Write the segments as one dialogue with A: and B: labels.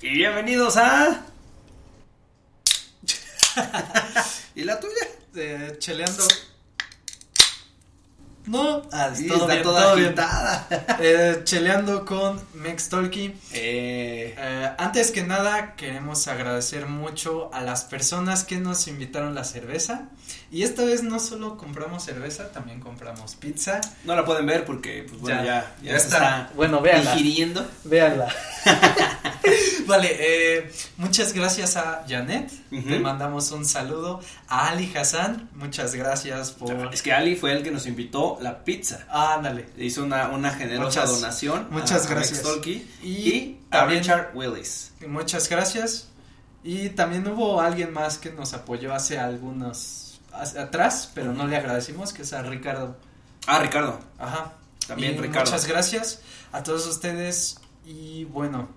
A: Y bienvenidos a. ¿Y la tuya?
B: eh, cheleando. No, ah,
A: Sí,
B: todo
A: está
B: bien,
A: toda
B: todo bien.
A: agitada.
B: Eh, cheleando con Mex Talkie.
A: Eh,
B: Eh, antes que nada, queremos agradecer mucho a las personas que nos invitaron la cerveza. Y esta vez no solo compramos cerveza, también compramos pizza.
A: no la pueden ver porque, pues bueno, ya,
B: Ya,
A: ya,
B: ya
A: se
B: está.
C: Bueno, véanla.
A: digiriendo.
C: Véanla.
B: Vale, eh, muchas gracias a Janet.
A: Ujú.
B: Te mandamos un saludo. A Ali Hassan, muchas gracias por. Ah,
A: Es que Ali fue el que nos invitó la pizza.
B: Ándale.
A: Hizo una, una generosa
B: Muchas-
A: donación.
B: muchas
A: a
B: gracias.
A: Rex Tolki y,
B: Y
A: a
B: también-
A: Richard Willis.
B: Muchas gracias. Y también hubo alguien más que nos apoyó hace algunos hace- atrás, pero no le agradecimos, que es a Ricardo.
A: Ah, Ricardo.
B: Ajá.
A: También
B: Y
A: Ricardo.
B: Muchas gracias a todos ustedes y bueno,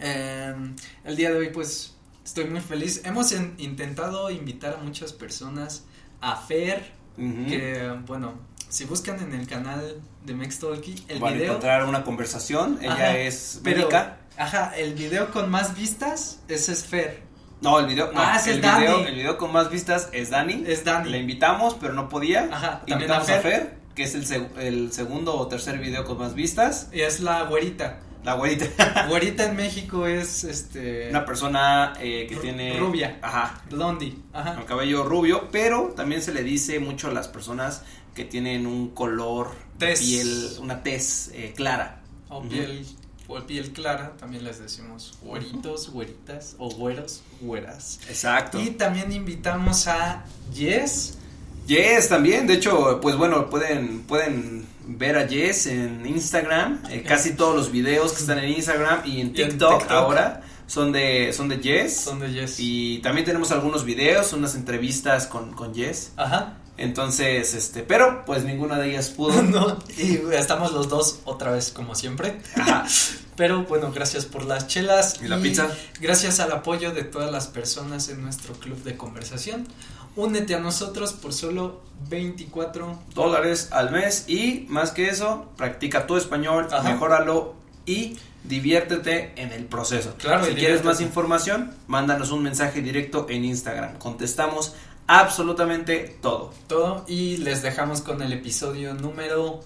B: em, el día de hoy pues estoy muy feliz. Hemos en- intentado invitar a muchas personas a Fer,
A: Ujú.
B: que bueno, si buscan en el canal de Mex Talkie el
A: Van a
B: video,
A: encontrar una conversación. Ella
B: Ajá,
A: es
B: pero-
A: médica.
B: ajá, el video con más vistas, ese es Fer,
A: No, el video. no,
B: Ah, ese
A: el,
B: es Dani.
A: video el video con más vistas es Dani.
B: es Dani.
A: La invitamos, pero no podía.
B: Ajá, también
A: Invitamos
B: a
A: a Fer, que es el, seg- el segundo o tercer video con más vistas.
B: Y es la güerita.
A: La güerita.
B: Güerita en México es este.
A: Una persona eh, que
B: Ru-
A: tiene.
B: rubia.
A: Ajá.
B: Blondie. Ajá.
A: El cabello rubio, pero también se le dice mucho a las personas que tienen un color de
B: Tez.
A: piel, una tez eh, clara.
B: O
A: Ujú.
B: piel. O piel clara, también les decimos güeritos, güeritas, o güeros, güeras.
A: Exacto.
B: Y también invitamos a Jess.
A: Yes también, de hecho, pues bueno, pueden, pueden ver a Yes en Instagram, eh, casi todos los videos que están en Instagram y en
B: Y en
A: TikTok,
B: TikTok.
A: ahora son de, son de Yes.
B: Son de Jess.
A: Y también tenemos algunos videos, unas entrevistas con, con Jess.
B: Ajá.
A: Entonces, este, pero pues ninguna de ellas pudo.
B: No, y estamos los dos otra vez, como siempre.
A: Ajá.
B: Pero bueno, gracias por las chelas.
A: Y la pizza.
B: Gracias al apoyo de todas las personas en nuestro club de conversación. Únete a nosotros por solo 24
A: Dólares al mes y más que eso, practica tu español,
B: Ajá.
A: mejóralo y diviértete en el proceso.
B: Claro,
A: si
B: y
A: quieres
B: diviértete.
A: más información, mándanos un mensaje directo en Instagram. Contestamos absolutamente todo.
B: todo y les dejamos con el episodio número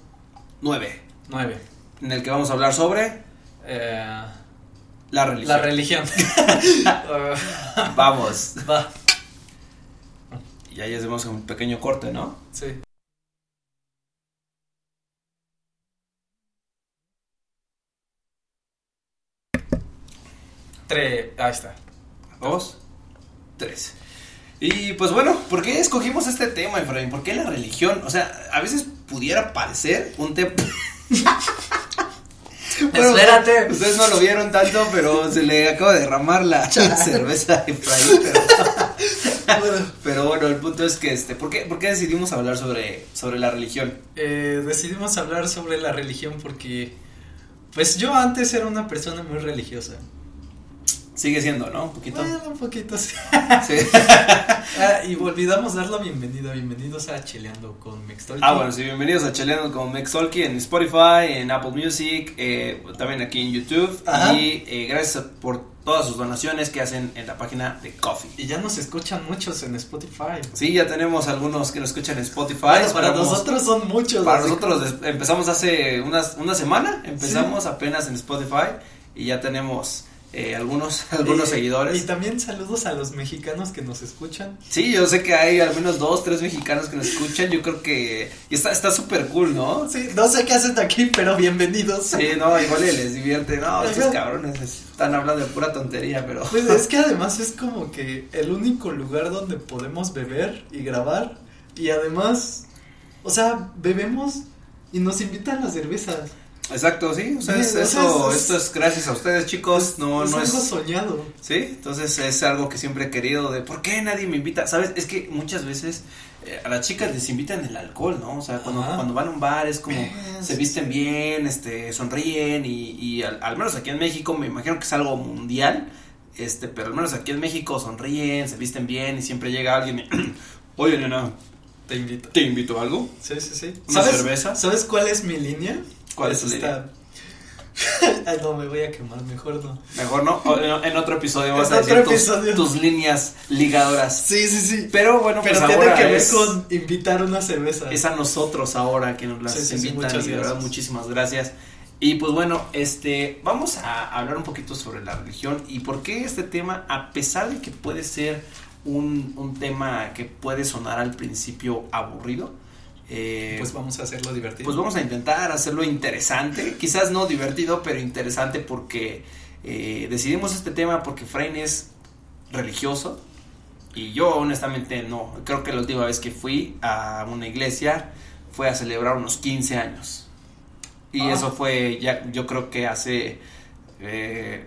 A: 9.
B: 9.
A: En el que vamos a hablar sobre la religión.
B: Eh, la religión. Eh,
A: vamos.
B: Va,
A: Y ahí hacemos un pequeño corte, ¿no?
B: sí. Tres, ahí está.
A: dos, tres. Y pues bueno, ¿por qué escogimos este tema, Efraín? ¿Por qué la religión? O sea, a veces pudiera parecer un tema...
B: Espérate.
A: Ustedes no lo vieron tanto, pero se le acaba de derramar la cerveza a Efraín. Pero, pero bueno, el punto es que, este, ¿por qué, por qué decidimos hablar sobre, sobre la religión?
B: Eh, decidimos hablar sobre la religión porque, pues yo antes era una persona muy religiosa.
A: Sigue siendo, ¿no? Un poquito.
B: Bueno, un poquito sí.
A: Sí.
B: Ah, y olvidamos dar la bienvenida. Bienvenidos a Chileando con Mextol.
A: Ah, bueno, sí, bienvenidos a Cheleanos con Mex Solki en Spotify, en Apple Music, eh, también aquí en YouTube.
B: Ajá.
A: Y eh, gracias por todas sus donaciones que hacen en la página de Coffee.
B: Y ya nos escuchan muchos en Spotify.
A: Sí, ya tenemos algunos que nos escuchan en Spotify.
B: Bueno, para
A: esperamos-
B: nosotros son muchos.
A: Para
B: así
A: nosotros des- empezamos hace unas, una semana, empezamos apenas en Spotify y ya tenemos eh, algunos,
B: que-
A: algunos
B: y-
A: seguidores.
B: Y también saludos a los mexicanos que nos escuchan.
A: Sí, yo sé que hay al menos dos, tres mexicanos que nos escuchan. Yo creo que y está está súper cool, ¿no?
B: Sí, no sé qué hacen aquí, pero bienvenidos.
A: Sí, no, igual y les divierte. No,
B: Ajá.
A: estos cabrones están hablando de pura tontería, pero.
B: Pues es que además es como que el único lugar donde podemos beber y grabar. Y además, o sea, bebemos y nos invitan las cervezas.
A: Exacto, sí. O sea, es-
B: Sí, o sea,
A: eso,
B: es-
A: esto es gracias a ustedes, chicos. No,
B: es
A: no
B: algo
A: es.
B: soñado.
A: Sí, entonces es algo que siempre he querido de por qué nadie me invita. Sabes, es que muchas veces eh, a las chicas les invitan el alcohol, ¿no? O sea, cuando,
B: Ajá.
A: cuando van a un bar es como
B: Eh,
A: se visten bien, este, sonríen y, y al, al menos aquí en México me imagino que es algo mundial, este, pero al menos aquí en México sonríen, se visten bien y siempre llega alguien y, oye nena,
B: Te invito.
A: te invito a algo.
B: Sí, sí, sí.
A: ¿Una
B: ¿Sabes,
A: cerveza?
B: ¿Sabes cuál es mi línea?
A: ¿Cuál es tu
B: Esta- Ay, no, me voy a quemar, mejor no.
A: Mejor no, O en en otro episodio vas
B: En
A: a
B: otro
A: decir tus-
B: episodio.
A: Tus, líneas ligadoras.
B: Sí, sí, sí.
A: Pero bueno,
B: Pero
A: pues
B: tiene
A: ahora
B: que ver
A: es,
B: con invitar una cerveza.
A: es a nosotros ahora que nos las
B: Sí, sí, sí,
A: invitan
B: muchas
A: y de verdad
B: gracias.
A: muchísimas gracias. Y pues bueno, este, vamos a hablar un poquito sobre la religión y por qué este tema, a pesar de que puede ser un, un tema que puede sonar al principio aburrido, eh,
B: Pues vamos a hacerlo divertido.
A: pues vamos a intentar hacerlo interesante, quizás no divertido, pero interesante porque eh, decidimos este tema porque Frayn es religioso y yo honestamente no, creo que la última vez que fui a una iglesia fue a celebrar unos 15 años y
B: Ah.
A: eso fue ya yo creo que hace eh,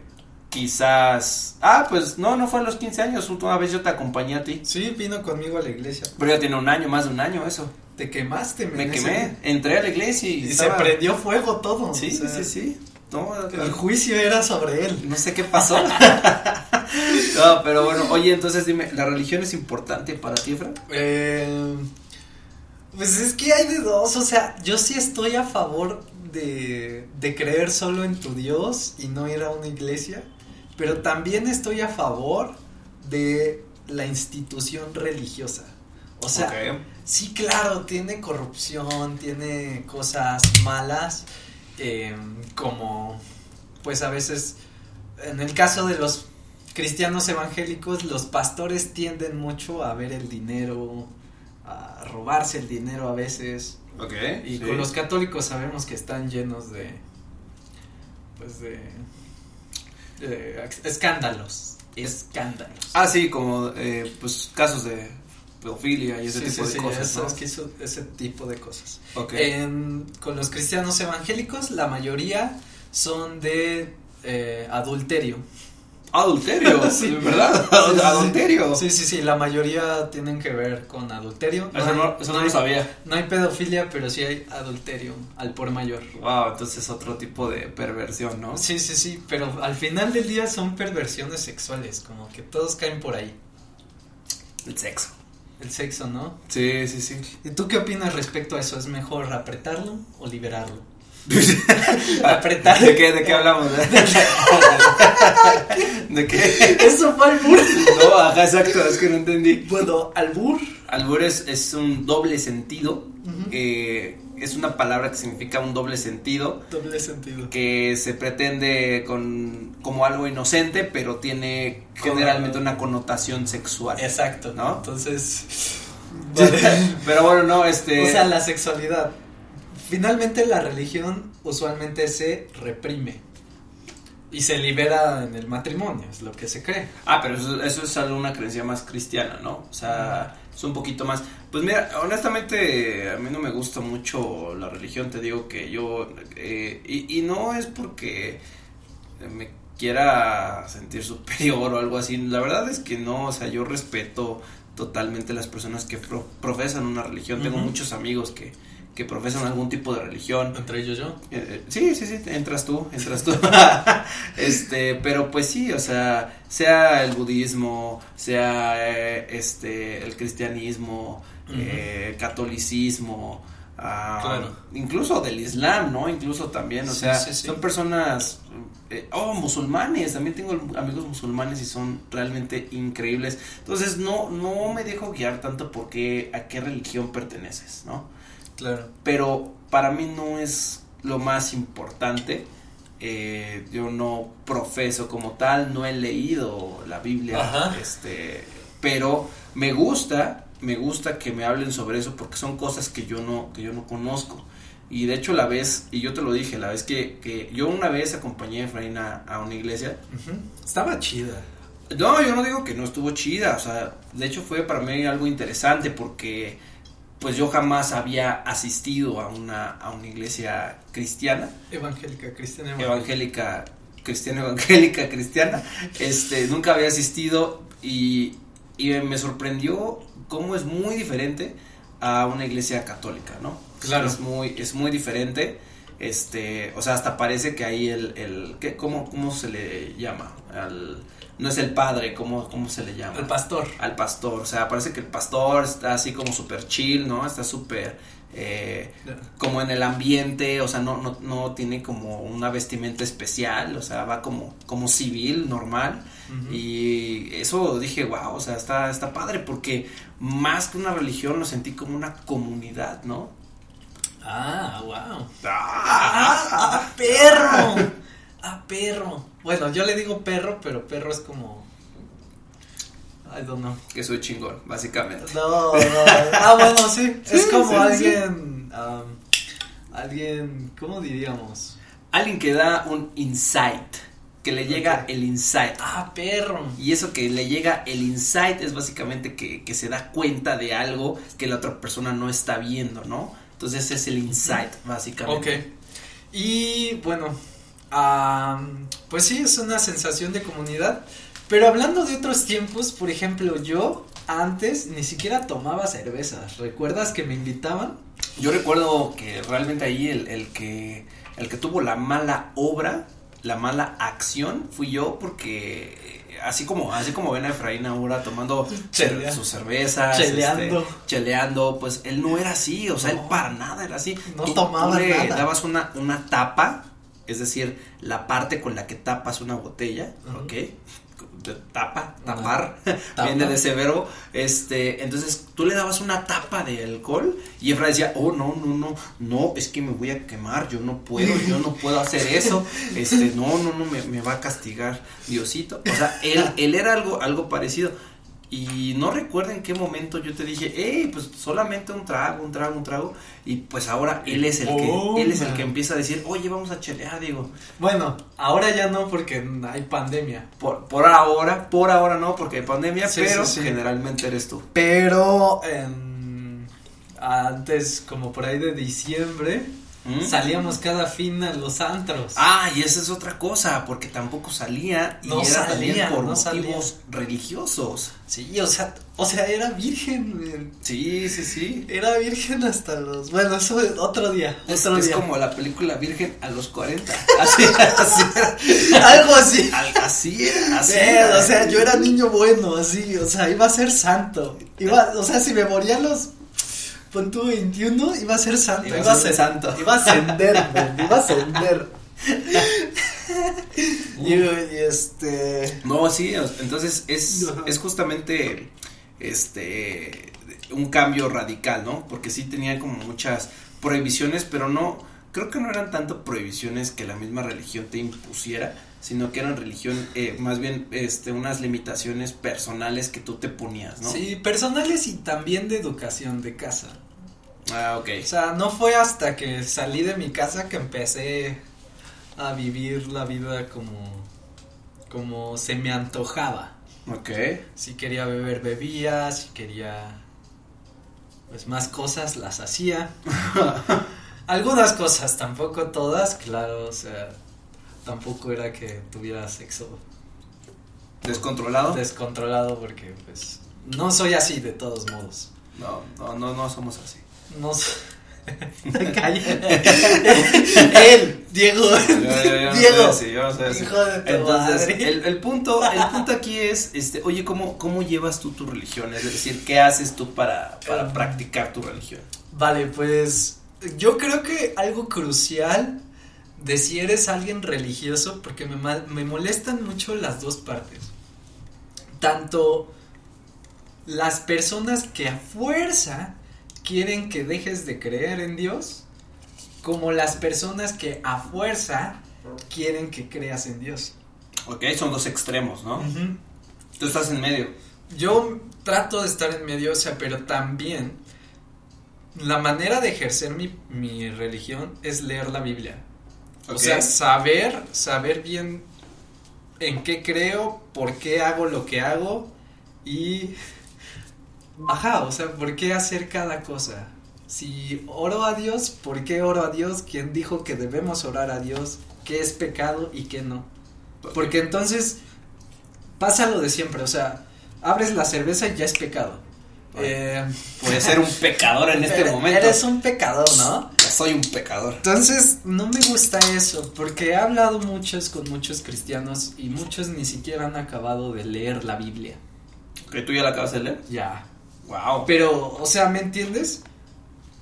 A: quizás ah pues no no fue a los 15 años una vez yo te acompañé a ti
B: Sí, vino conmigo a la iglesia.
A: pero ya tiene un año más de un año eso
B: Te quemaste,
A: me
B: men, ese-
A: quemé entré a la iglesia y,
B: Y
A: estaba-
B: se prendió fuego todo.
A: Sí,
B: o sea,
A: sí, sí. No,
B: El juicio era sobre él.
A: no sé qué pasó. no, pero bueno, oye, entonces dime, ¿la religión es importante para ti, Fran?
B: Eh, pues es que hay de dos, o sea, yo sí estoy a favor de, de creer solo en tu Dios y no ir a una iglesia, pero también estoy a favor de la institución religiosa. O sea, sí, claro, tiene corrupción, tiene cosas malas, eh, como pues a veces, en el caso de los cristianos evangélicos, los pastores tienden mucho a ver el dinero, a robarse el dinero a veces,
A: ok. ok.
B: y
A: sí.
B: con los católicos sabemos que están llenos de, pues de, de ex- escándalos, escándalos.
A: Ah, sí, como, eh, pues, casos de pedofilia y ese
B: Sí,
A: tipo
B: sí,
A: de
B: sí,
A: cosas,
B: eso,
A: ¿no?
B: es que eh, eso- ese tipo de cosas.
A: Ok.
B: En- con los cristianos evangélicos, la mayoría son de eh, adulterio.
A: adulterio,
B: Sí.
A: ¿verdad?
B: Sí, sí, sí.
A: adulterio.
B: Sí, sí, sí, la mayoría tienen que ver con adulterio.
A: Eso no, eso no lo sabía.
B: no hay pedofilia, pero sí hay adulterio al por mayor.
A: Wow, entonces otro tipo de perversión, ¿no?
B: Sí, sí, sí, pero al final del día son perversiones sexuales, como que todos caen por ahí.
A: El sexo.
B: El sexo, ¿no?
A: Sí, sí, sí.
B: ¿Y tú qué opinas respecto a eso? ¿Es mejor apretarlo o liberarlo? Apretar.
A: ¿De qué, de qué hablamos? ¿De qué?
B: Eso fue albur.
A: No, ajá, exacto, es que no entendí.
B: Bueno, albur.
A: Albur es, es un doble sentido.
B: Ujú.
A: eh, es una palabra que significa un doble sentido
B: Doble sentido.
A: que se pretende con como algo inocente, pero tiene
B: Con-
A: generalmente una connotación sexual.
B: Exacto,
A: ¿No?
B: ¿no? Entonces,
A: pero bueno, no, este.
B: o sea, la sexualidad. Finalmente la religión usualmente se reprime y se libera en el matrimonio, es lo que se cree.
A: Ah, pero eso, eso es algo- una creencia más cristiana, ¿no? O sea, es un poquito más. Pues mira, honestamente, a mí no me gusta mucho la religión, te digo que yo. eh, y, y no es porque me quiera sentir superior o algo así. La verdad es que no, o sea, yo respeto totalmente las personas que pro- profesan una religión. Tengo
B: Ujú.
A: muchos amigos que, que profesan algún tipo de religión.
B: Entre ellos yo.
A: Eh, eh, Sí, sí, sí, entras tú, entras tú. este, pero pues sí, o sea, sea el budismo, sea eh, este el cristianismo, eh, catolicismo, ah,
B: Claro.
A: incluso del islam, ¿no? Incluso también, o
B: Sí,
A: sea,
B: sí, sí.
A: son personas eh, oh, musulmanes, también tengo amigos musulmanes y son realmente increíbles. Entonces, no no me dejo guiar tanto por qué a qué religión perteneces, ¿no?
B: Claro.
A: pero para mí no es lo más importante. Eh, yo no profeso como tal, no he leído la Biblia,
B: Ajá.
A: este, pero me gusta, me gusta que me hablen sobre eso porque son cosas que yo no, que yo no conozco. Y de hecho la vez, y yo te lo dije, la vez que, que yo una vez acompañé a Efraín a- a una iglesia,
B: Estaba chida.
A: no, yo no digo que no estuvo chida, o sea, de hecho fue para mí algo interesante porque pues yo jamás había asistido a una, a una iglesia cristiana,
B: Evangélica, cristiana evangélica.
A: evangélica, cristiana, evangélica, cristiana, este, nunca había asistido y, y me sorprendió cómo es muy diferente a una iglesia católica, ¿no?
B: Claro.
A: Es muy, es muy diferente, este, o sea, hasta parece que ahí el, el ¿qué, cómo, ¿cómo se le llama? Al, no es el padre, ¿cómo, cómo se le llama?
B: El pastor.
A: al pastor. O sea, parece que el pastor está así como súper chill, ¿no? Está súper eh, como en el ambiente, o sea, no, no, no tiene como una vestimenta especial, o sea, va como, como civil, normal.
B: Ujú.
A: Y eso dije, wow, o sea, está, está padre, porque más que una religión lo sentí como una comunidad, ¿no?
B: Ah, wow. ¡Ah! ¡A perro! ¡A perro! Bueno, yo le digo perro, pero perro es como. I don't know.
A: Que soy chingón, básicamente.
B: No, no. Ah, bueno, sí. es
A: Sí,
B: como
A: sí,
B: alguien. um, alguien. ¿Cómo diríamos?
A: Alguien que da un insight, que le llega
B: Ok.
A: el insight.
B: ¡Ah, perro!
A: Y eso que le llega el insight es básicamente que, que se da cuenta de algo que la otra persona no está viendo, ¿no? Entonces ese es el insight, básicamente.
B: Ok. Y bueno, ah, pues sí, es una sensación de comunidad. Pero hablando de otros tiempos, por ejemplo, yo antes ni siquiera tomaba cerveza. ¿Recuerdas que me invitaban?
A: Yo recuerdo que realmente ahí el, el que el que tuvo la mala obra, la mala acción, fui yo porque eh, así como así como ven a Efraín ahora tomando cer-
B: Chelea-
A: sus cervezas,
B: cheleando.
A: este, cheleando, pues él no era así, o sea, él
B: No.
A: para nada era así.
B: No tomaba
A: le
B: nada.
A: dabas una una tapa, es decir, la parte con la que tapas una botella,
B: Ujú.
A: ¿ok? De Tapa,
B: Ajá.
A: tapar,
B: Tapa.
A: viene de ese verbo. Este, entonces tú le dabas una tapa de alcohol y Efra decía, oh, no, no, no, no, es que me voy a quemar, yo no puedo, yo no puedo hacer eso. Este, no, no, no, me, me va a castigar Diosito. O sea, él, él era algo, algo parecido. Y no recuerdo en qué momento yo te dije, hey, pues solamente un trago, un trago, un trago. Y pues ahora él es el que, él es el que
B: Toma.
A: empieza a decir, oye, vamos a chelear, digo.
B: Bueno, ahora ya no porque hay pandemia.
A: Por, por ahora, por ahora no, porque hay pandemia,
B: Sí,
A: pero
B: sí, sí.
A: generalmente eres tú.
B: Pero em, antes, como por ahí de diciembre,
A: ¿Mm?
B: salíamos cada fin a los antros.
A: Ah, y esa es otra cosa, porque tampoco salía y
B: No
A: era también
B: salía,
A: por
B: no salía.
A: motivos religiosos.
B: Sí, o sea, o sea, era virgen. men.
A: Sí, sí, sí.
B: Era virgen hasta los. Bueno, eso es otro día.
A: Es,
B: otro
A: es
B: día.
A: como la película Virgen a los 40. Así, así era.
B: Algo así.
A: Al- Así era, así
B: Eh,
A: era.
B: o sea, yo era niño bueno, así. O sea, iba a ser santo. Iba, o sea, si me moría a los. Pon tú 21, iba a ser santo.
A: Iba a
B: Iba a
A: ser
B: ser
A: santo.
B: Iba a ascender, men, iba a ascender. y, y este.
A: No, sí, o- entonces es,
B: Ajá.
A: es justamente este un cambio radical, ¿no? Porque sí tenía como muchas prohibiciones, pero no, creo que no eran tanto prohibiciones que la misma religión te impusiera, sino que eran religión, eh, más bien este, unas limitaciones personales que tú te ponías, ¿no?
B: Sí, personales y también de educación de casa.
A: Ah, ok.
B: O sea, no fue hasta que salí de mi casa que empecé a vivir la vida como, como se me antojaba.
A: Ok.
B: Si quería beber, bebía, si quería pues más cosas, las hacía. Algunas cosas, tampoco todas, claro, o sea, tampoco era que tuviera sexo
A: ¿Descontrolado?
B: descontrolado porque pues no soy así de todos modos.
A: No, no, no, no somos así.
B: No sé. Cállate. Él, Diego.
A: Yo- yo- yo no soy
B: Diego.
A: así, yo no soy así.
B: Hijo de tu
A: Entonces,
B: madre.
A: el, el punto, el punto aquí es, este, oye, ¿cómo, ¿cómo llevas tú tu religión? Es decir, ¿qué haces tú para, para
B: Um,
A: practicar tu religión?
B: Vale, pues yo creo que algo crucial de si eres alguien religioso, porque me, mal- me molestan mucho las dos partes. Tanto las personas que a fuerza quieren que dejes de creer en Dios, como las personas que a fuerza quieren que creas en Dios.
A: Ok, son dos extremos, ¿no?
B: Ujú.
A: Tú estás en medio.
B: Yo trato de estar en medio, o sea, pero también la manera de ejercer mi, mi religión es leer la Biblia. O
A: Ok.
B: sea, saber, saber bien en qué creo, por qué hago lo que hago y... Ajá, o sea, ¿por qué hacer cada cosa? Si oro a Dios, ¿por qué oro a Dios? ¿Quién dijo que debemos orar a Dios? ¿Qué es pecado y qué no? Porque entonces pasa lo de siempre, o sea, abres la cerveza y ya es pecado.
A: Bueno,
B: Eh,
A: Puedes ser un pecador en este
B: eres-
A: momento.
B: Eres un pecador, ¿no?
A: Ya soy un pecador.
B: Entonces, no me gusta eso, porque he hablado muchos con muchos cristianos y muchos ni siquiera han acabado de leer la Biblia.
A: ¿Que tú ya la acabas de leer?
B: Ya.
A: Wow.
B: Pero, o sea, ¿me entiendes?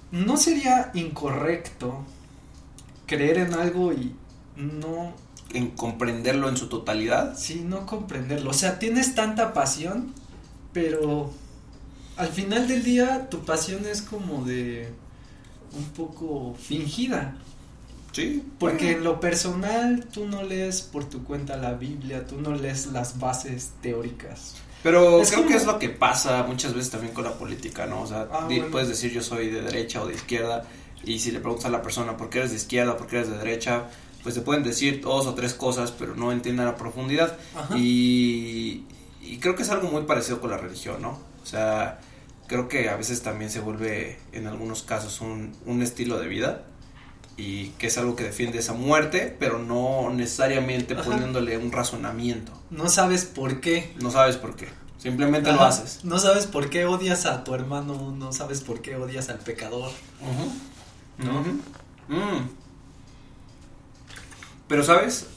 B: no sería incorrecto creer en algo y no,
A: en comprenderlo en su totalidad.
B: sí, no comprenderlo. O sea, tienes tanta pasión, pero al final del día tu pasión es como de un poco fingida.
A: Sí.
B: Porque
A: bueno.
B: en lo personal tú no lees por tu cuenta la Biblia, tú no lees las bases teóricas.
A: Pero
B: Es
A: creo
B: como-
A: que es lo que pasa muchas veces también con la política, ¿no? O sea,
B: Ah,
A: di-
B: bueno.
A: puedes decir yo soy de derecha o de izquierda y si le preguntas a la persona por qué eres de izquierda, por qué eres de derecha, pues te pueden decir dos o tres cosas, pero no entienden a profundidad. Y, y creo que es algo muy parecido con la religión, ¿no? O sea, creo que a veces también se vuelve en algunos casos un, un estilo de vida y que es algo que defiende esa muerte, pero no necesariamente
B: Ajá.
A: poniéndole un razonamiento.
B: No sabes por qué.
A: No sabes por qué. Simplemente lo
B: Ajá.
A: haces.
B: No sabes por qué odias a tu hermano, no sabes por qué odias al pecador.
A: ¿No? Mm. Pero, ¿sabes?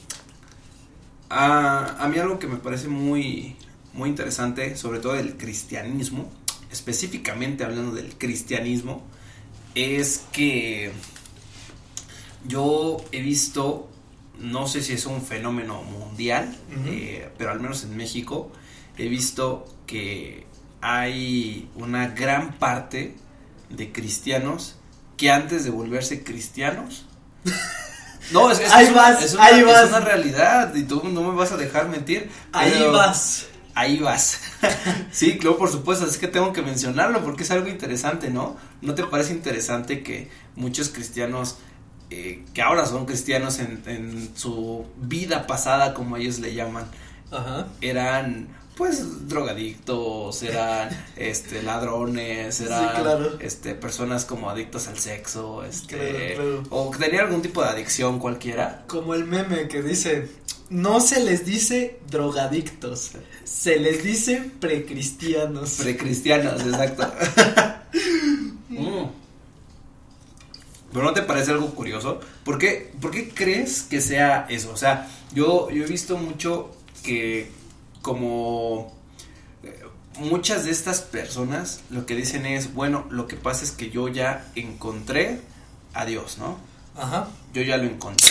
A: A, a mí algo que me parece muy, muy interesante, sobre todo del cristianismo, específicamente hablando del cristianismo, es que yo he visto, no sé si es un fenómeno mundial,
B: Ujú.
A: eh, pero al menos en México, he visto que hay una gran parte de cristianos que antes de volverse cristianos. No, es, es,
B: Ahí
A: es
B: vas,
A: es una,
B: ahí
A: es
B: vas.
A: una realidad y tú no me vas a dejar mentir.
B: Ahí
A: pero
B: vas.
A: Ahí vas. sí, claro, por supuesto, es que tengo que mencionarlo porque es algo interesante, ¿no? ¿No te parece interesante que muchos cristianos eh, que ahora son cristianos en, en su vida pasada, como ellos le llaman,
B: Ajá.
A: eran pues drogadictos, eran este ladrones,
B: Sí,
A: eran
B: claro.
A: este personas como adictas al sexo, este
B: Claro, claro.
A: o que tenían algún tipo de adicción cualquiera.
B: Como el meme que dice, no se les dice drogadictos, se les dice precristianos.
A: Precristianos, exacto. Mm. Pero ¿no te parece algo curioso? ¿Por qué, por qué crees que sea eso? O sea, yo, yo he visto mucho que como eh, muchas de estas personas lo que dicen es, bueno, lo que pasa es que yo ya encontré a Dios, ¿no?
B: Ajá.
A: Yo ya lo encontré.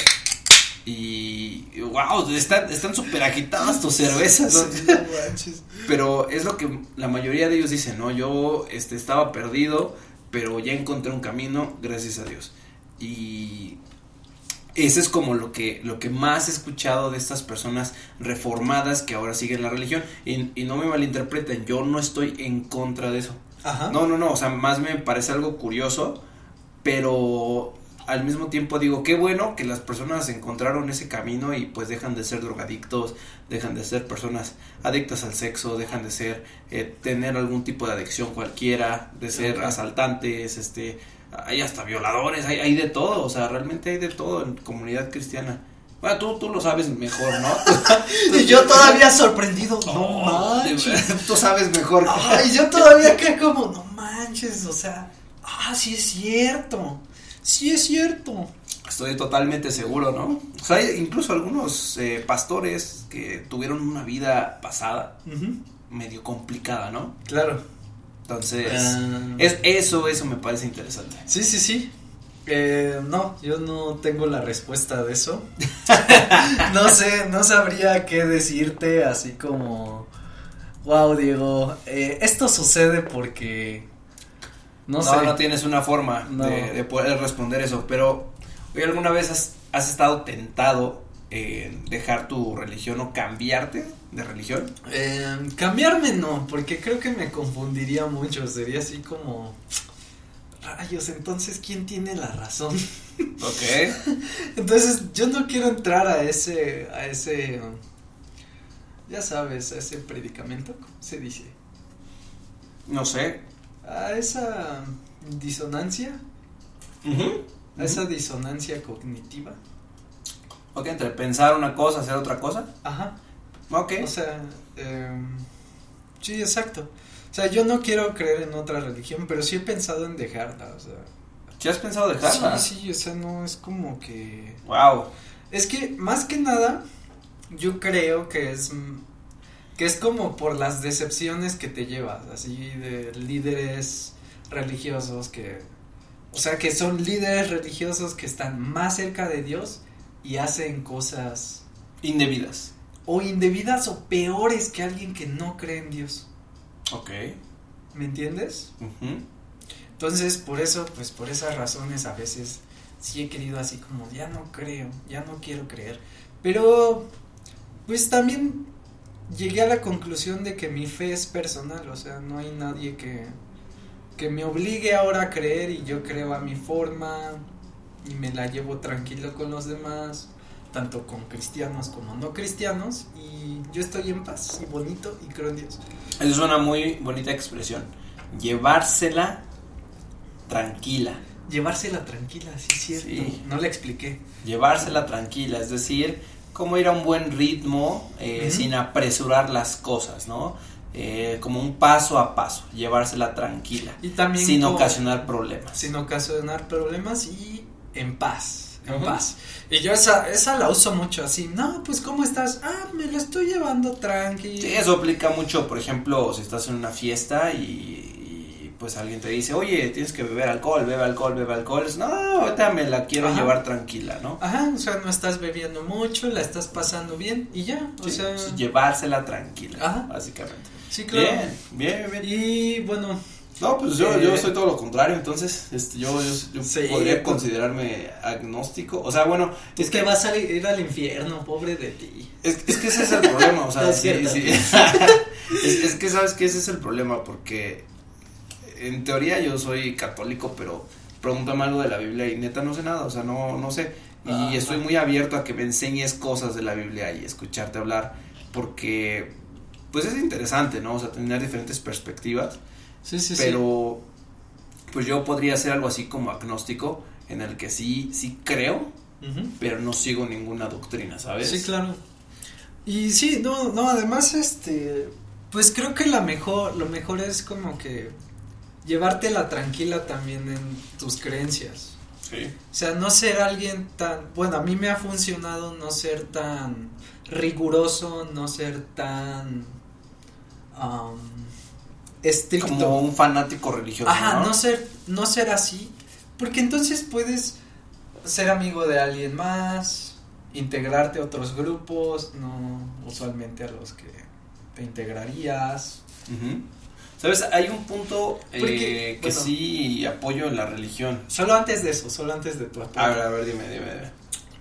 A: Y wow, están están súper agitadas tus cervezas. ¿no?
B: Sí, no manches.
A: Pero es lo que la mayoría de ellos dicen, ¿no? Yo este, estaba perdido, pero ya encontré un camino, gracias a Dios. Y ese es como lo que, lo que más he escuchado de estas personas reformadas que ahora siguen la religión. Y, y no me malinterpreten, yo no estoy en contra de eso.
B: Ajá.
A: No, no, no, o sea, más me parece algo curioso, pero al mismo tiempo digo, qué bueno que las personas encontraron ese camino y pues dejan de ser drogadictos, dejan de ser personas adictas al sexo, dejan de ser, eh, tener algún tipo de adicción cualquiera, de ser
B: Ok.
A: asaltantes, este, hay hasta violadores, hay, hay de todo, o sea, realmente hay de todo en comunidad cristiana. Bueno, tú, tú lo sabes mejor, ¿no?
B: Y yo todavía sorprendido.
A: No,
B: No manches.
A: tú sabes mejor.
B: Ay, yo todavía acá como, no manches, o sea, ah, sí es cierto, sí es cierto.
A: Estoy totalmente seguro, ¿no? O sea, hay incluso algunos eh, pastores que tuvieron una vida pasada medio complicada, ¿no?
B: Claro.
A: Entonces,
B: Ah.
A: es eso, eso me parece interesante.
B: Pues, Sí, sí, sí. Eh, no, yo no tengo la respuesta de eso. no sé, no sabría qué decirte así como, wow, Diego, eh, esto sucede porque... No,
A: No,
B: sé.
A: no tienes una forma
B: No.
A: de, de poder responder eso, pero ¿hoy alguna vez has, has estado tentado en dejar tu religión o cambiarte de religión?
B: Eh, cambiarme no, porque creo que me confundiría mucho. Sería así como. Rayos, entonces, ¿quién tiene la razón?
A: Ok.
B: Entonces, yo no quiero entrar a ese. a ese. Ya sabes, a ese predicamento, ¿cómo se dice?
A: No sé.
B: A esa disonancia,
A: Ujú.
B: a esa disonancia cognitiva.
A: Ok, entre pensar una cosa, hacer otra cosa.
B: Ajá.
A: Ok.
B: O sea, em, sí, exacto. O sea, yo no quiero creer en otra religión, pero sí he pensado en dejarla, o sea.
A: ¿Ya has pensado dejarla?
B: Sí, sí, o sea, no es como que.
A: Wow.
B: Es que más que nada, yo creo que es. mm, que es como por las decepciones que te llevas, así de líderes religiosos que O sea, que son líderes religiosos que están más cerca de Dios y hacen cosas
A: Indebidas.
B: o indebidas o peores que alguien que no cree en Dios.
A: Ok.
B: ¿Me entiendes?
A: Ujú.
B: Entonces, por eso, pues por esas razones a veces sí he querido así como, ya no creo, ya no quiero creer. Pero, pues también llegué a la conclusión de que mi fe es personal, o sea, no hay nadie que, que me obligue ahora a creer y yo creo a mi forma y me la llevo tranquilo con los demás, tanto con cristianos como no cristianos, y yo estoy en paz y bonito y creo en Dios.
A: Es una muy bonita expresión. Llevársela tranquila.
B: Llevársela tranquila, sí es cierto,
A: Sí.
B: no la expliqué.
A: Llevársela tranquila, es decir, como ir a un buen ritmo eh,
B: Ujú.
A: sin apresurar las cosas, ¿no? Eh, como un paso a paso, llevársela tranquila,
B: Y también
A: sin
B: con-
A: ocasionar problemas.
B: sin ocasionar problemas y en paz, en
A: Ujú.
B: paz. Y yo esa, esa la uso mucho así, no, pues ¿cómo estás? Ah, me lo estoy llevando tranqui.
A: Sí, eso aplica mucho, por ejemplo, si estás en una fiesta y, y, pues alguien te dice, oye, tienes que beber alcohol, bebe alcohol, bebe alcohol. Es, no, ahorita me la quiero
B: Ajá.
A: llevar tranquila, ¿no?
B: Ajá, o sea, no estás bebiendo mucho, la estás pasando bien y ya, o
A: Sí,
B: sea,
A: pues, llevársela tranquila,
B: Ajá.
A: básicamente.
B: sí, claro.
A: Bien, bien, bien.
B: Y bueno,
A: No, pues yo,
B: Eh.
A: yo soy todo lo contrario, entonces este, yo, yo, yo
B: Sí.
A: podría considerarme agnóstico. O sea, bueno,
B: es
A: es
B: que
A: que,
B: vas a ir al infierno, pobre de ti.
A: es, es que ese es el problema, o sea,
B: No es
A: sí,
B: cierto.
A: sí. es, es que sabes que ese es el problema, porque en teoría yo soy católico, pero pregúntame algo de la Biblia y neta no sé nada, o sea, no, no sé. Y
B: Ajá.
A: estoy muy abierto a que me enseñes cosas de la Biblia y escucharte hablar, porque pues es interesante, ¿no? O sea, tener diferentes perspectivas.
B: Sí, sí, sí.
A: pero pues yo podría ser algo así como agnóstico en el que sí sí creo
B: Ujú.
A: pero no sigo ninguna doctrina sabes
B: Sí, claro. Y sí, no, no, además, este, pues creo que la mejor, lo mejor es como que llevártela tranquila también en tus creencias.
A: sí
B: O sea, no ser alguien tan, bueno, a mí me ha funcionado no ser tan riguroso, no ser tan am, estricto.
A: como un fanático religioso
B: Ajá,
A: ¿no?
B: no ser, no ser así, porque entonces puedes ser amigo de alguien más, integrarte a otros grupos, no usualmente a los que te integrarías.
A: Ujú. sabes hay un punto eh,
B: Porque,
A: que
B: bueno.
A: sí apoyo en la religión
B: Solo antes de eso, solo antes de tu apoyo.
A: a ver a ver dime dime, dime.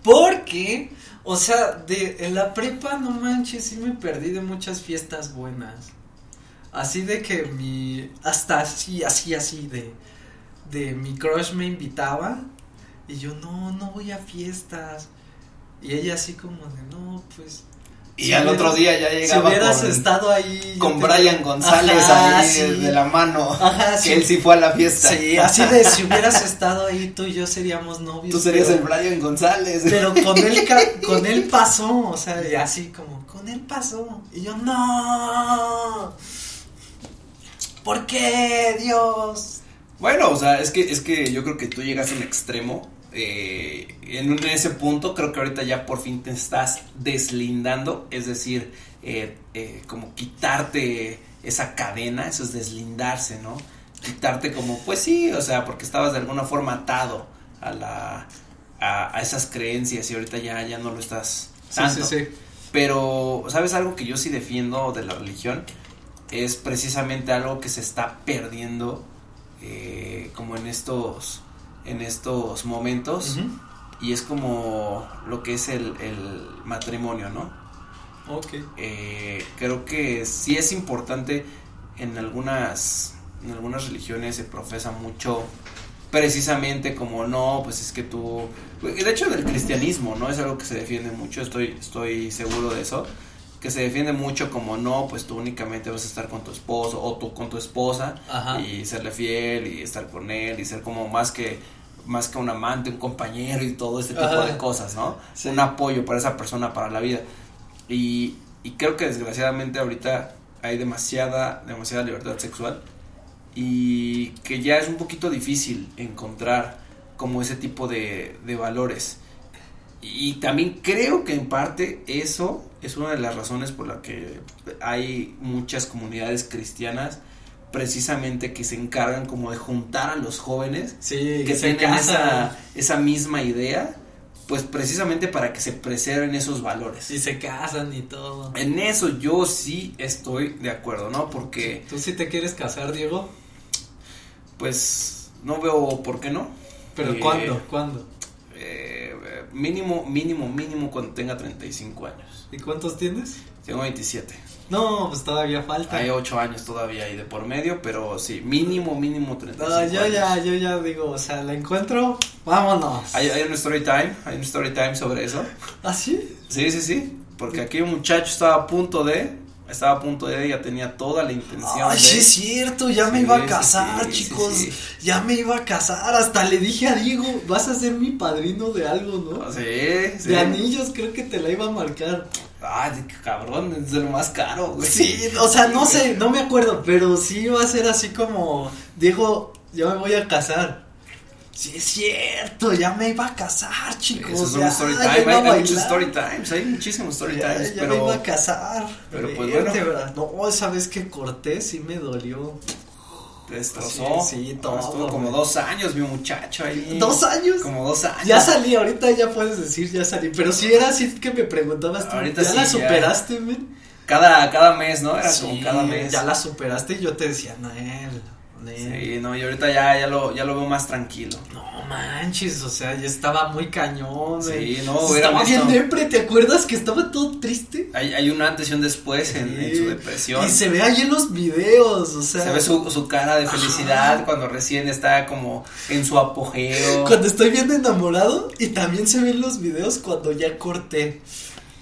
B: Porque, o sea, de en la prepa, no manches, sí me perdí de muchas fiestas buenas. Así de que mi, hasta así, así, así, de, de mi crush me invitaba y yo, no, no voy a fiestas. Y ella así como de, no, pues,
A: y
B: Si
A: al
B: hubieras-
A: otro día ya
B: si
A: llegaba
B: hubieras
A: con,
B: estado ahí. yo
A: con
B: te-
A: Brian González
B: Ajá,
A: ahí
B: sí.
A: de- de la mano
B: Ajá,
A: que
B: sí.
A: él sí fue a la fiesta
B: Sí, así de, si hubieras estado ahí, tú y yo seríamos novios.
A: tú serías
B: pero-
A: el Brian González
B: Pero con él, ca- con él pasó, o sea, y así como, con él pasó. Y yo, no. ¿Por qué, Dios?
A: Bueno, o sea, es que, es que yo creo que tú llegas a un extremo. eh, en, un- en ese punto, creo que ahorita ya por fin te estás deslindando. Es decir, eh, eh, como quitarte esa cadena, eso es deslindarse, ¿no? Quitarte como, pues sí, o sea, porque estabas de alguna forma atado a la. A, a esas creencias y ahorita ya, ya no lo estás. tanto. Pero, ¿sabes algo que yo sí defiendo de la religión? Es precisamente algo que se está perdiendo eh, como en estos en estos momentos y es como lo que es el, el matrimonio, ¿no?
B: Ok.
A: Eh, creo que sí es importante en algunas en algunas religiones se profesa mucho precisamente como no pues es que tú de hecho del cristianismo no es algo que se defiende mucho estoy estoy seguro de eso que se defiende mucho como no pues tú únicamente vas a estar con tu esposo o tú con tu esposa
B: Ajá.
A: y serle fiel y estar con él y ser como más que más que un amante, un compañero y todo este tipo
B: Ajá.
A: de cosas, ¿no?
B: Sí.
A: Un apoyo para esa persona para la vida. Y, y creo que desgraciadamente ahorita hay demasiada demasiada libertad sexual y que ya es un poquito difícil encontrar como ese tipo de, de valores. Y también creo que en parte eso es una de las razones por la que hay muchas comunidades cristianas precisamente que se encargan como de juntar a los jóvenes
B: Sí,
A: que tienen esa, esa misma idea, pues precisamente para que se preserven esos valores.
B: Y se casan y todo.
A: En eso yo sí estoy de acuerdo, ¿no? Porque
B: ¿Tú sí te quieres casar, Diego?
A: pues no veo por qué no.
B: ¿Pero
A: Eh,
B: cuándo? ¿Cuándo?
A: Eh, eh, mínimo, mínimo, mínimo cuando tenga 35 años.
B: ¿Y cuántos tienes?
A: Tengo 27.
B: No, pues todavía falta.
A: Hay 8 años todavía ahí de por medio, pero sí, mínimo, mínimo 35
B: No,
A: años.
B: yo Ah, ya, yo ya digo, o sea, la encuentro, vámonos.
A: Hay, hay un story time, hay un story time sobre eso.
B: ¿Ah, sí?
A: Sí, sí, sí. Porque aquí un muchacho estaba a punto de. Estaba a punto de. Ya tenía toda la intención.
B: Ay,
A: de-
B: sí es cierto, ya me
A: ¿eh? Sí,
B: iba a
A: sí,
B: casar,
A: sí, sí,
B: chicos.
A: sí.
B: Ya me iba a casar, hasta le dije a Diego, vas a ser mi padrino de algo, ¿no?
A: Ah, Sí, sí.
B: De anillos creo que te la iba a marcar.
A: Ay, de- qué cabrón, es de lo más caro, güey.
B: Sí, o sea, no sé, no me acuerdo, pero sí iba a ser así como, Diego, ya me voy a casar. Sí es cierto, ya me iba a casar, chicos.
A: Eso es un
B: ya,
A: story
B: ya
A: time.
B: iba a
A: Hay, hay muchos
B: bailar.
A: story times, hay muchísimos story
B: Ya-
A: times,
B: ya me
A: pero.
B: iba a casar.
A: pero, pues,
B: Verte,
A: bueno.
B: ¿verdad? No, esa vez que corté sí me dolió.
A: Te destrozó.
B: Sí, sí, todo,
A: Estuvo como
B: güey.
A: dos años, mi muchacho ahí.
B: Dos años.
A: Como dos años.
B: Ya salí, ahorita ya puedes decir ya salí. Pero si era así que me preguntabas tú,
A: Ahorita
B: ¿ya
A: sí,
B: la
A: ya.
B: superaste, men?
A: Cada, cada mes, ¿no? Era
B: Sí,
A: como cada mes.
B: Ya la superaste y yo te decía, Nael, Nael.
A: Sí, no, y ahorita ya, ya, lo, ya lo veo más tranquilo.
B: No manches, o sea, ya estaba muy cañón, men.
A: Sí, no, hubiera
B: Estaba bien
A: visto-
B: depre, ¿te acuerdas que estaba todo triste?
A: Hay, hay un antes y un después en, en
B: Sí.
A: su depresión.
B: Y se ve ahí en los videos, o sea.
A: Se ve su, su cara de felicidad
B: Ajá. cuando
A: cuando recién está como en su apogeo.
B: Cuando estoy bien enamorado y también se ven los videos cuando ya corté.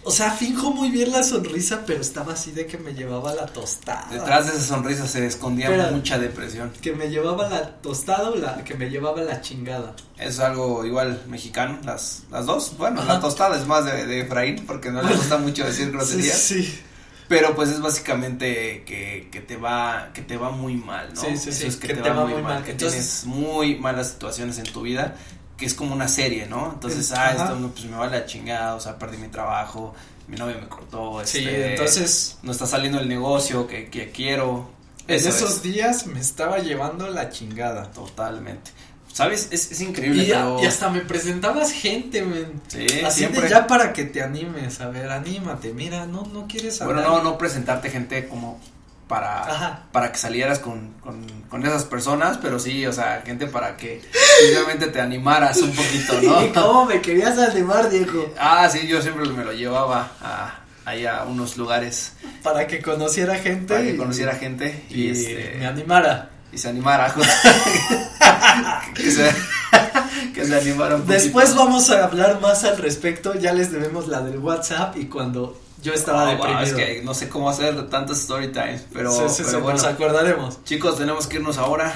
B: O sea, finjo muy bien la sonrisa, pero estaba así de que me llevaba la tostada.
A: Detrás de esa sonrisa se escondía
B: Espera.
A: mucha depresión.
B: Que me llevaba la tostada o la que me llevaba la chingada.
A: Es algo igual mexicano, las, las dos. Bueno,
B: Ajá.
A: la tostada es más de, de Efraín porque no le gusta mucho decir groserías.
B: Sí, sí.
A: Pero pues es básicamente que, que te va que te va muy mal, ¿no?
B: Sí, sí,
A: Eso
B: sí,
A: es que, te, va, muy mal, que
B: Entonces-
A: tienes muy malas situaciones en tu vida, que es como una serie, ¿no? Entonces, ah,
B: Ajá.
A: esto no, pues me va la chingada, o sea, perdí mi trabajo, mi novia me cortó,
B: Sí,
A: este,
B: entonces
A: no está saliendo el negocio que, que quiero.
B: en
A: Eso
B: esos
A: es,
B: días me estaba llevando la chingada.
A: totalmente. ¿Sabes? Es, es increíble,
B: Y, a-
A: pero
B: y hasta me presentabas gente, men.
A: sí,
B: Así de
A: siempre
B: ya para que te animes, a ver, anímate, mira, no, no quieres
A: bueno, no
B: hablar.
A: no presentarte gente como para
B: Ajá.
A: para que salieras con, con, con esas personas, pero sí, o sea, gente para que precisamente te animaras un poquito,
B: ¿Y
A: ¿no?
B: cómo me querías animar, Diego?
A: ah, sí, yo siempre me lo llevaba a ahí a unos lugares
B: Para que conociera gente.
A: para
B: y-
A: que conociera gente y,
B: y
A: este,
B: me animara.
A: y se animara. justo. que, se, que se animara un poquito.
B: Después vamos a hablar más al respecto, ya les debemos la del WhatsApp y cuando yo estaba
A: Ah,
B: deprimido.
A: wow, es que no sé cómo hacer tantas story times, pero,
B: Sí, sí,
A: pero
B: sí,
A: bueno.
B: nos acordaremos.
A: Chicos, tenemos que irnos ahora.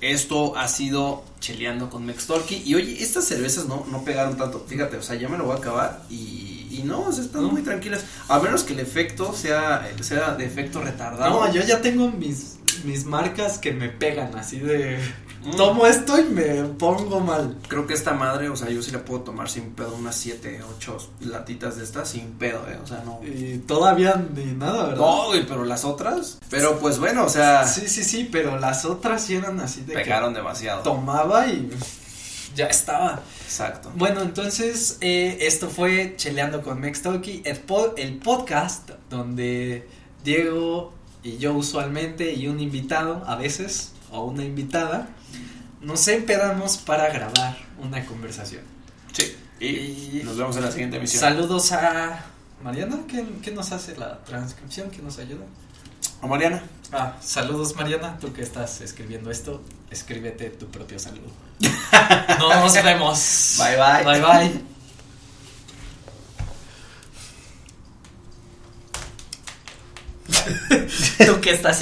A: Esto ha sido cheleando con Mextorky. Y oye, estas cervezas no, no pegaron tanto. Fíjate, o sea, ya me lo voy a acabar. Y, y no, o sea, están
B: No.
A: muy tranquilas. A menos que el efecto sea, sea de efecto retardado.
B: No, yo ya tengo mis, mis marcas que me pegan así de
A: Mm.
B: tomo esto y me pongo mal.
A: Creo que esta madre, o sea, yo sí la puedo tomar sin pedo. Unas 7, 8 latitas de estas sin pedo, ¿eh? O sea, no.
B: Y todavía ni nada, ¿verdad?
A: No, güey, pero las otras. Pero pues bueno, o sea,
B: Sí, sí, sí, pero las otras sí eran así de
A: pegaron
B: que
A: demasiado.
B: tomaba y ya estaba.
A: Exacto.
B: Bueno, entonces eh, esto fue Cheleando con Mex Talkie, el, po- el podcast donde Diego y yo usualmente y un invitado a veces o una invitada nos empedamos para grabar una conversación.
A: Sí. Y
B: Y-
A: nos vemos en la siguiente emisión.
B: Saludos a Mariana, que, que nos hace la transcripción, que nos ayuda.
A: A Mariana.
B: Ah, saludos Mariana, tú que estás escribiendo esto, escríbete tu propio saludo. Nos vemos.
A: Bye, bye.
B: Bye bye. tú que estás